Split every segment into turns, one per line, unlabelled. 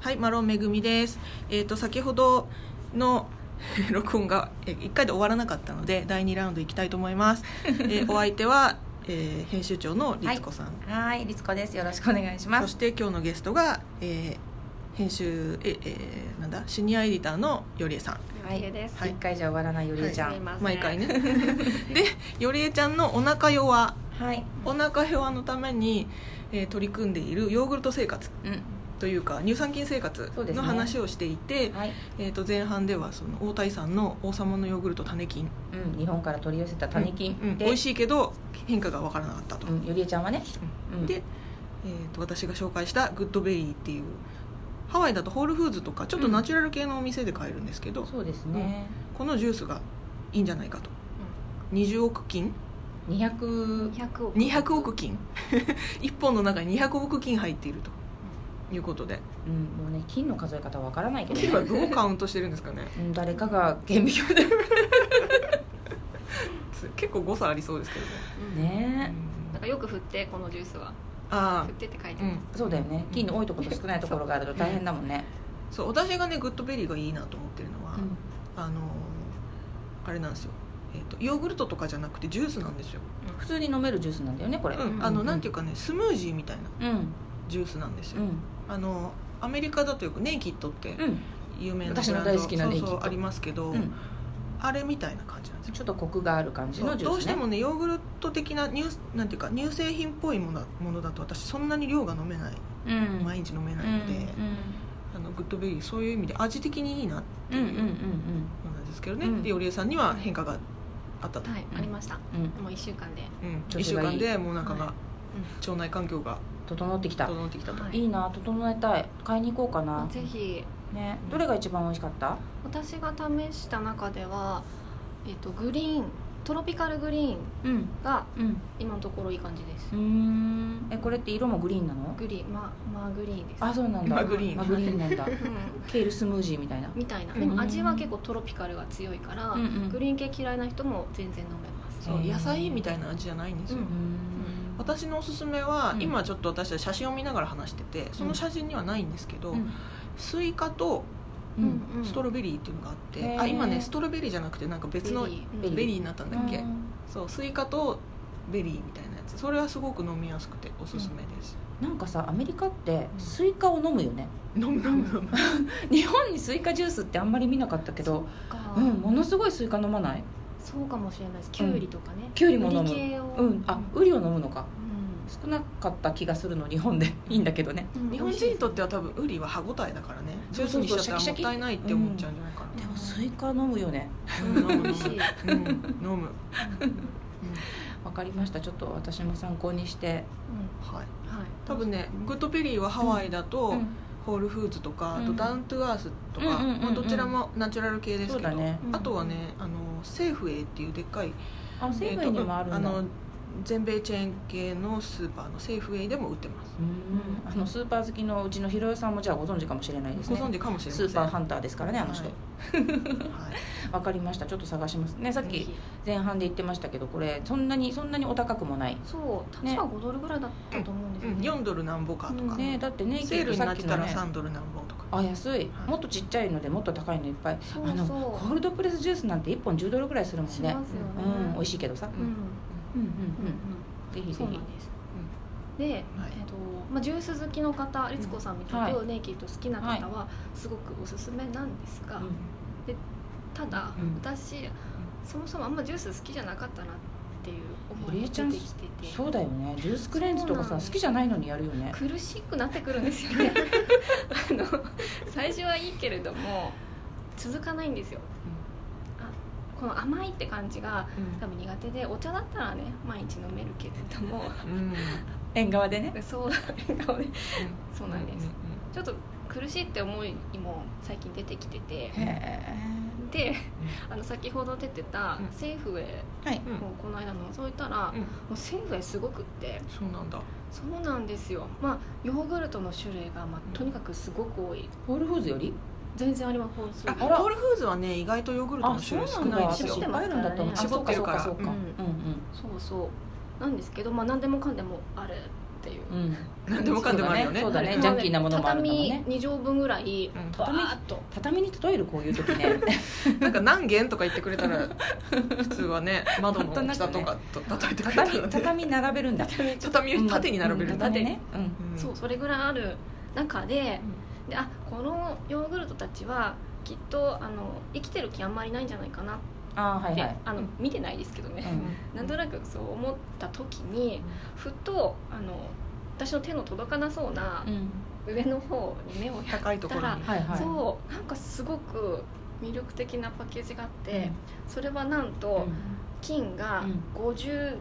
はい、マロンめぐみです。えっ、と先ほどの 録音がえ1回で終わらなかったので第2ラウンド行きたいと思い ます。えーお相手は、えー編集長の律子さん、
はい、律子です。よろしくお願いしま
そ
す
し。て今日のゲストが、えー編集ええーなんだシニアエディターのよりえさん。
はい、
ゆりえです
一回じゃ終わらないよりえちゃ
すい
ん。
ません
毎回 ね。でよりえちゃんのお腹弱
はい。
お腹弱のために、えー取り組んでいるヨーグルト生活
うん。
というか乳酸菌生活
そうです
の
ね
話をしていて。
はい。
えー、と前半ではその大谷さんの「王様のヨーグルト種菌
うん、日本から取り寄せた」種
うんう
菌
ん
で。
美味しいけど変化が分からなかったと、
うん、よりえちゃんはね。うん。
で、えー、と私が紹介したグッドベリーっていうハワイだとホールフーズとかちょっと
うん
ナチュラル系のお店で買えるんですけど、
そうですね。
このジュースがいいんじゃないかと、20億菌
二百。
200億
200億 菌1本の中に200億菌入っているということで
うん、もうね、金の数え方わからないけどね。
今どうカウントしてるんですかね
うん、誰かが顕微鏡で。
つ結構誤差ありそうですけ どね、
うん
ね。
うん
なんかよく振ってこのジュースは
ああ
振ってって書いてます、
そうだよね。金の多いところと少ないところがあると大変だもんね。
そう私がねグッドベリーがいいなと思ってるのは、
うん
あのーあれなんですよ、えー、とヨーグルトとかじゃなくてジュースなんですよ、
普通に飲めるジュースなんだよね、これ。
うん、あのなんていうかねスムージーみたいな
うん。
ジュースなんです
う
よ、
ん。
あのアメリカだとよくネイキッドって
うん。
有名な
私の
ブランド
大好きなネイキッド
そうそうありますけど、
うん。
あれみたいな感じなんですよ
ちょっとコクがある感じ
そ
の
う
ジュース、ね、
どうしてもねヨーグルト的な乳なんていうか乳製品っぽいものだものだと私そんなに量が飲めない、
うん
毎日飲めないので、
う
あのグッドベリーそういう意味で味的にいいなって
ん
い
うん
う、
うんうん
そうなんですけどね、
うん
でよりえさんには変化があったと、
はい
うん
ありました
うんうん
もう1週間で、
うん、
調
1
子
週
がいい
間でもうなんかが、
は
腸内環境が
整ってきた
整ってきたと、
はい
いいな整えたい買いに行こうかな
ぜひ
ねどれが一番美味しかった
私が試した中では、えっとグリーントロピカルグリ
う
ーン
ん
が
うん
今のところいい感じです、
んえこれって色もグリーンなの
グリーンまマーグリーンです
あそうなんだ
マグリーン
マグリーンなんだ
うん
ケールスムージーみたいな
みたいな
うん
でも味は結構トロピカルが強いから、
うんうん
グリーン系嫌いな人も全然飲めます
そう
へー
野菜みたいな味じゃないんですよ、
う
うんん
私のおすすめは、
うん
今ちょっと私たち写真を見ながら話しててその写真にはないんですけど、
うん
スイカと
うん
うん
ストロベリーっていうのがあって、
へー
あ今ねストロベリーじゃなくてなんか別の
ベリー
ベ
ベ
リーになったんだっけ、
うん
そうスイカとベリーみたいなやつそれはすごく飲みやすくておすすめです、
なんかさアメリカってスイカを飲むよね
飲む飲む飲む
日本にスイカジュースってあんまり見なかったけど
そっか
うんものすごいスイカ飲まない
そうかもしれないですきゅうりとかね、
きゅうりも飲む
きゅうり系を
うんあ
う
ウリを飲むのか
ん
少なかった気がするの日本でいいんだけどね
うん
日本人にとっては多分ウリは歯ごたえだからねジ
そ
ュー
う
ス
そう
にし
そう
ちゃったら
シ
も
ャ
っ
キシャキ
たいないって思っちゃうんじゃないか
でもスイカ飲むよね
な、
うん
飲む
美
飲
味しい
む飲む飲む、
うんうん
わかりましたちょっと私も参考にして
はい
はい
多分ねグッドベリーはハワイだと、ホールフーズとか、あ
う
と
ん
ダウントゥアースとか、
うんうんうんうん
まあ、どちらもナチュラル系です
そう
けど、
だね
あとはねあのセーフエイっていうでっかい
あセ
え
ー
ー
フ
と
にもあるんだ、
あ
う
の
ん
全米チェーン系のスーパーのセーフエイでも売ってます、
あのスーパー好きのうちのひろよさんもじゃあご存知かもしれないです
ご
ね
存知かもしれま
ス
せん
ーパーハンターですからねあの人
は
わ、
い、はい
かりましたちょっと探しますねさっ
ぜひ
き前半で言ってましたけどこれそんなにそんなにお高くもない
そう確
ね
か5ドルぐらいだったと思うんです
うん、
よね
4ドルなんぼかとか、
うん
ねだってね
セールになってたら
きっとさっきのね
3ドルなんぼとか、
あ安いもっとちっちゃいのでもっと高いのいっぱい
そう
あのコ
そ
ールドプレスジュースなんて1本10ドルぐらいするも
うんし
ね
ますよね
うん美味
しい
しいけどさ、
うん
うんうん
うん
うんぜひぜ
そう
ひ
なんですで
はい
えっとまあジュース好きの方律子さんみたい
は
にネイキッド好きな方はすごくおすすめなんですが
うん
ただ
うん
私そもそもあんまジュース好きじゃなかったなっていう思い
堀江
が
ちゃん
出てきてて
そうだよねジュースクレンズとか
そうな
さ
ん
好
です
きじゃないのにやるよね
苦しくなってくるんですよねあの最初はいいけれども続かないんですよ、あこの甘いって感じが多分苦手でお茶だったらね毎日飲めるけれど も
うんうん
縁側でね
そう顔でそうなんですちょっと苦しいって思いも最近出てきてて
へえ
であの先ほど出てた
うん
セーフウェイ
はい
うんうんうん
をこの間覗いたら、
うん
もうセーフウェイすごくって
そうなんだ
そうなんですよまあヨーグルトの種類が、まあ、とにかくすごく多い
ホールフーズより
全然あります本数
あ
あら
ホールフーズはね意外とヨーグルトの種類少ないんです
絞
よ
ってあるんだと思うあ
絞ってるから
そうかそうかそうか
うんそうそうなんですけど、まあ、何でもかんでもあるっていう、
うん
何でもかんでもあるよね
そうだね
う
ジャンキーなものもあるんだもんね
畳2畳分ぐらい、
うん
バーっと
畳に例えるこういう時ね
なんか何軒とか言ってくれたら普通はね窓の大きさとかと叩いてくれたら
畳
ね
畳並べるんだ
畳を縦に並べ
うん
る
畳ねうん
うん
そうそれぐらいある中で,、であこのヨーグルトたちはきっとあの生きてる気あんまりないんじゃないかなって、
あーはいはい
あの見てないですけどね、
う
なんとなくそう思った時にふとあの私の手の届かなそうな
うん
上の方に目をや
高いところに
はいはい
そうなんかすごく魅力的なパッケージがあって、それはなん
う
と
ん
金が
うん
50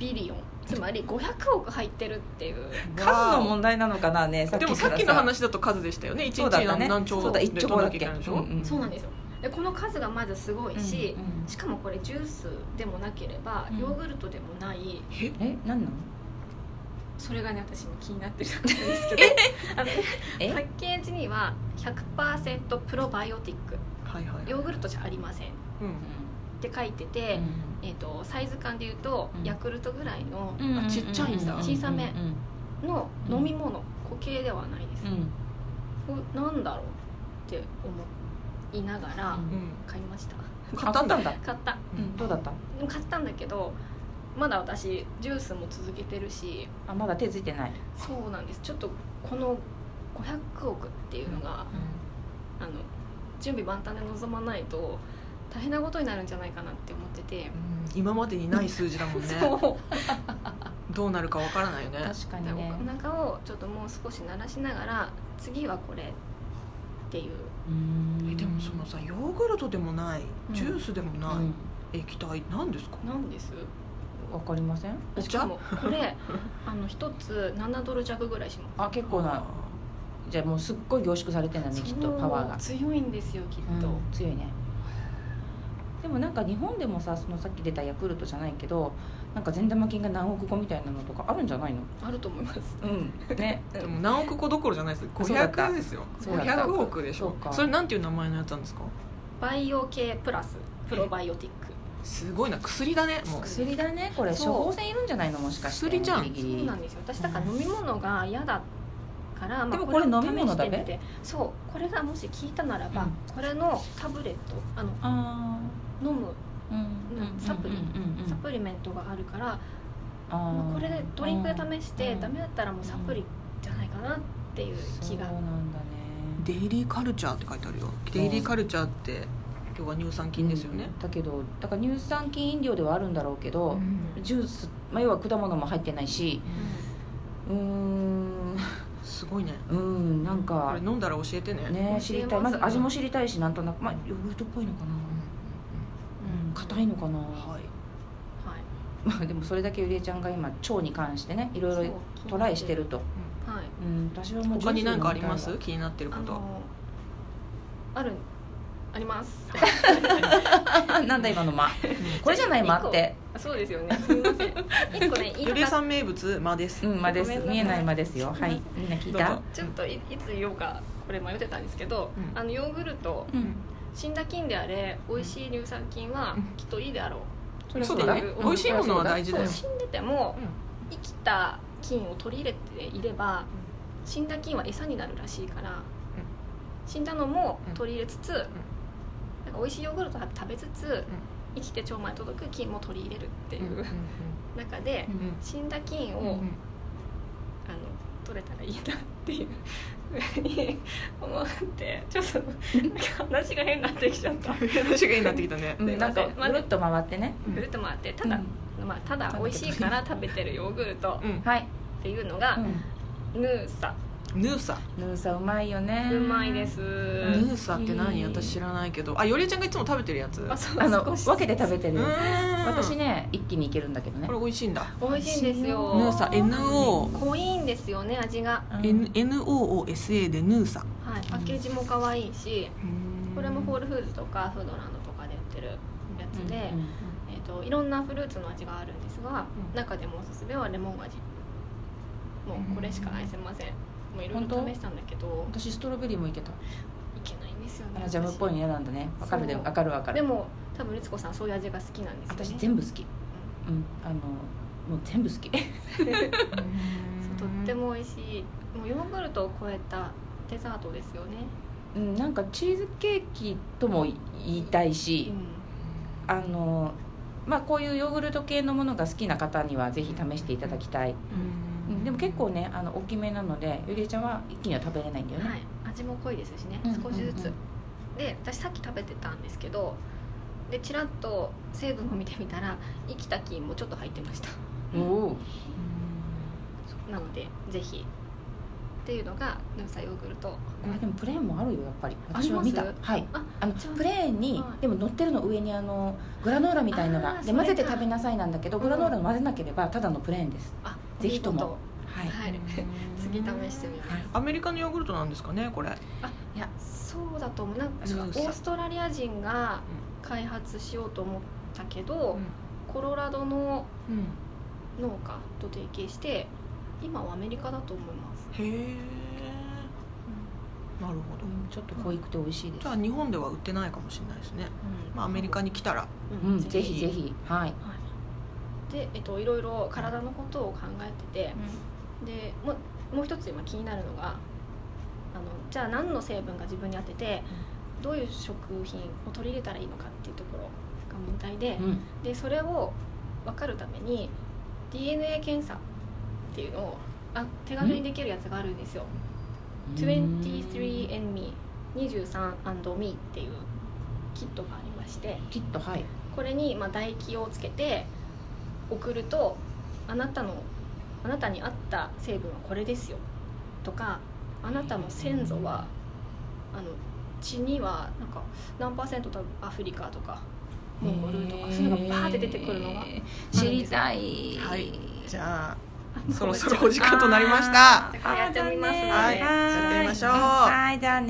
ビリオン、つまり500億入ってるっていう
数の問題なのかなね
でもさっきの話だと数でしたよね一日何何兆
そうだ
で
一
取
兆
ら
だ
な
っ
きゃい
け
けないでしょ、
そうなん
で
ですよでこの数がまずすごいし、しかもこれジュースでもなければ、
うん
ヨーグルトでもない
え何なの
それがね私も気になってるんですけどあのね
え
パッケージには100%プロバイオティック
はいはい、
ヨーグルトじゃありませんっ
うん
て書いてて、えー、とサイズ感でいうと、
うん
ヤクルトぐらいの
んあちっちゃいんだ
小さめ
うん
の
うん
飲み物、固形ではないです、
うん
これなんだろうって思いながら
うん
うん
買いました、
買ったんだ
あ買
買った
うんどうだった
買ったんだけどまだ私ジュースも続けてるし
あまだ手ついてない
そうなんですちょっとこの500億っていうのが、あの準備万端で臨まないと大変なことになるんじゃないかなって思ってて、
うん今までにない数字だ もんね
そう
どうなるかわからないよね
確か
で
にね
お腹をちょっともう少し鳴らしながら次はこれっていう
えでもそのさヨーグルトでもない
うん
ジュースでもない、
うん
液体なんですか
なんです
わかりません
お
しか
茶
もこれ あの一つ7ドル弱ぐらいします
あ結構なじゃあもうすっごい凝縮されてんだねきっと
そう
パワーが
強いんですよきっと、
うん強いねでもなんか日本でもさそのさっき出たヤクルトじゃないけどなんか善玉菌が何億個みたいなのとかあるんじゃないの
あると思います
うんね
でも何億個どころじゃないです
そうだった
500ですよ
そうだった
500億でしょ
そうか
それなんていう名前のやつなんですか
バイオ系プラスプロバイオティック
すごいな薬だねもう
薬だねこれ
そう
処方箋いるんじゃないのもしかして
薬じゃん
ギリギ
そう
リ
なんですよ私だから飲み物が嫌だから、ま
で
あ、
も
これ
こ
を
れ飲み物だべ
試してみてそうこれがもし効いたならば、
うん
これのタブレットあの
あ
飲む
ーうん
サプリ
うんうんうん
サプリメントがあるから、
あー
まあ、これでドリンクで試して
うん
ダメだったらもうサプリじゃないかなっていう気が
そうなんだね
デイリーカルチャーって書いてあるよデイリーカルチャーって要は乳酸菌ですよね、
だけどだから乳酸菌飲料ではあるんだろうけ
う
ど、
ん
ジュース、まあ、要は果物も入ってないしうーん
すごいね
うんなん
こ
か
れ飲んだら教えてね
ね
教え
知りたいま
ます
ず味も知りたいしなんとなくまあヨーグルトっぽいのかなうん硬いのかな、
はい
はい
まあでもそれだけゆりえちゃんが今腸に関してねいろいろ
そう
トライしてると
はい
うん私はもう
他に何かありま
ジ
す
ュース飲み
気になってる
あ
こと
のあるあります
たいわ なんだ今の間これじゃない 間って
あそうですよねすみません一個ね言い
ゆりえ
たか
さ
っ
ん名物間です、
うん間で
ごめ
す
んなさい
見えない間ですよはい
すい
みんな聞い
どう
た
ぞ
たちょっといいつ言おうかこれ迷ってたんですけど、
うん
あのヨーグルト
うん
死んだ菌であれ美味しい乳酸菌は
うん
きっといいであろう
そりゃ
そうだね
うん
美味しいものは大事だ
そ
よ
う死んでても生きた菌を取り入れていれば死んだ菌は餌になるらしいから、死んだのも取り入れつつ、なんか美味しいヨーグルト食べつつ、生きて腸まで届く菌も取り入れるっていううん中で、
うん
うん
死んだ菌を、
うん
あの取れたらいいなっていうふうに思ってちょっとなんか話が変になってきちゃった。
話がいいなってきたね
う
すい
んな
ま
ん
せん
かぐるっと回ってね
うん
ぐるっと回ってただ、まあ、ただ美味しいから食べてるヨーグルト
うん
はい
っていうのが、ヌーサ
ヌーサ
ヌーサうまいよね
うまいです
ヌ
ん
ーサって何
うん
私知らないけどあよりえちゃんがいつも食べてるやつ
あそう
あの
少し
分けて食べてる
う
やつ
ーん
私ね一気にいけるんだけどね
これ美味しいんだ
美味しいんですよ
ヌーサ NO
濃いんですよね味が、
N- NOOSA でヌーサ
はい、パッケージも可愛いし
うん
これもホールフーズとかフードランドとかで売ってるやつで、えー、といろんなフルーツの味があるんですが、
うん
中でもおすすめはレモン味もうこれしか愛せませんもういろい
本
ろ
当
試したんだけど
私ストロベリーもいけた
いけないんですよね
あのジャムっぽい
私
の嫌なんだねわかるで
そう
わかるわかる
でも多分律子さんそういう味が好きなんですよね
私全部好きうんあのもう全部好き
うん
そうとっても美味しいもうヨーグルトを超えたデザートですよね、
うん、なんかチーズケーキとも言いたいし、
う
あのまあ、こういうヨーグルト系のものが好きな方にはぜひ試していただきたい、うんでも結構ねあの大きめなのでゆりえちゃんは一気には食べれないんだよ
ん、は
ね、
い味も濃いですしね
うんうんうん
少しずつ、で私さっき食べてたんですけどでちらっと成分を見てみたら生きた菌もちょっと入ってました
おお
なのでぜひっていうのがヌーサヨーグルト
これでもプレーンもあるよやっぱり
あり
私は
ます
見たはい
あ
あの
じゃあ
プレーンに、
はい
でも乗ってるの上にあのグラノーラみたいのが
あー
で
それ
混
だ
ぜて食べなさいなんだけど、グラノーラ混ぜなければただのプレーンです
あ
ぜひとも
お見
はい、
事はい、次試してみます、
はい
アメリカのヨーグルトなんですかねこれ
そうだと思うなんか
そう
オ
そう
ーストラリア人が開発しようと思ったけど、コロラドの農家と提携して今はアメリカだと思います、
へえなるほど
うんちょっと濃いくて美味しいです
じゃあ日本では売ってないかもしれないですねまあアメリカに来たら
う、
うん
ぜひぜひはい、
はい、で、えっと、いろいろ体のことを考えてて、でもうもう一つ今気になるのがあのじゃあ何の成分が自分に合ってて、どういう食品を取り入れたらいいのかっていうところが問題で
う,、ん、
でそれを分かるために DNA 検査っていうのをあ手軽にできるやつがあるんですよ 23andme23andme っていうキットがありまして
きっとはい
これにまあ唾液をつけて送るとあなたのあなたに合った成分はこれですよとかあなたの先祖はあの血にはなんか何パーセント多分アフリカとかモンゴルとかそういうのがバーって出てくるのが
知りたい
はいじゃ
あ
あそろそろ
終わっちゃ
お時
う
間となりました
あーやってみますので
はいやってみましょう
はいじゃあね